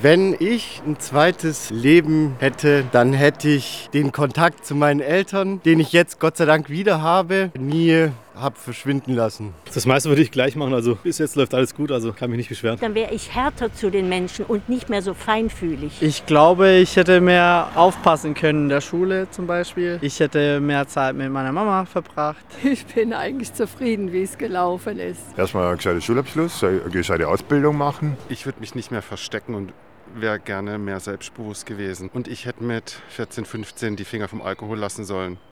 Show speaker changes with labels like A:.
A: Wenn ich ein zweites Leben hätte, dann hätte ich den Kontakt zu meinen Eltern, den ich jetzt Gott sei Dank wieder habe, nie habe verschwinden lassen.
B: Das meiste würde ich gleich machen. Also bis jetzt läuft alles gut, also kann mich nicht beschweren.
C: Dann wäre ich härter zu den Menschen und nicht mehr so feinfühlig.
D: Ich glaube, ich hätte mehr aufpassen können in der Schule zum Beispiel. Ich hätte mehr Zeit mit meiner Mama verbracht.
E: Ich bin eigentlich zufrieden, wie es gelaufen ist.
F: Erstmal einen gescheiten Schulabschluss, eine gescheite Ausbildung machen.
G: Ich würde mich nicht mehr verstecken und wäre gerne mehr selbstbewusst gewesen. Und ich hätte mit 14, 15 die Finger vom Alkohol lassen sollen.